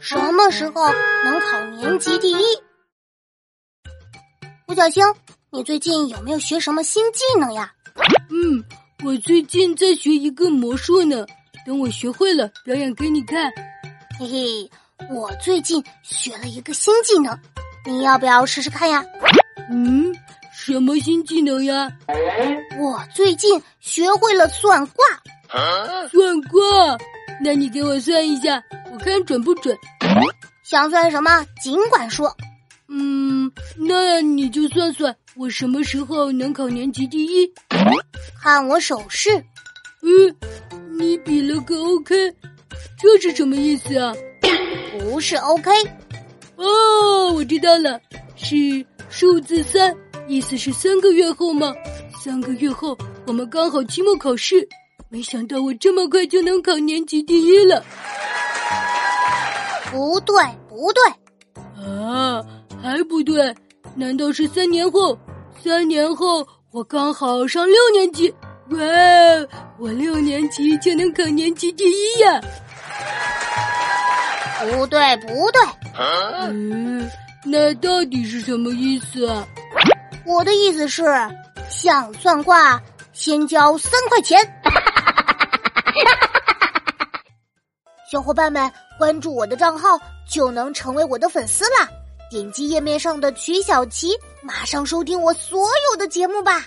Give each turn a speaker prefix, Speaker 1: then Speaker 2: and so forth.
Speaker 1: 什么时候能考年级第一？五角星，你最近有没有学什么新技能呀？
Speaker 2: 嗯，我最近在学一个魔术呢，等我学会了表演给你看。
Speaker 1: 嘿嘿，我最近学了一个新技能，你要不要试试看呀？
Speaker 2: 嗯，什么新技能呀？
Speaker 1: 我最近学会了算卦，
Speaker 2: 算卦？那你给我算一下，我看准不准？
Speaker 1: 想算什么尽管说。
Speaker 2: 嗯，那你就算算我什么时候能考年级第一？
Speaker 1: 看我手势，
Speaker 2: 嗯，你比了个 OK，这是什么意思啊？
Speaker 1: 不是 OK，
Speaker 2: 哦，我知道了，是数字三，意思是三个月后吗？三个月后我们刚好期末考试，没想到我这么快就能考年级第一了
Speaker 1: 不对，不对，
Speaker 2: 啊！还不对，难道是三年后？三年后我刚好上六年级，哇！我六年级就能考年级第一呀、
Speaker 1: 不对，不对。
Speaker 2: 嗯，那到底是什么意思啊？
Speaker 1: 我的意思是，想算卦先交三块钱。 小伙伴们，关注我的账号就能成为我的粉丝啦！点击页面上的曲小琪，马上收听我所有的节目吧。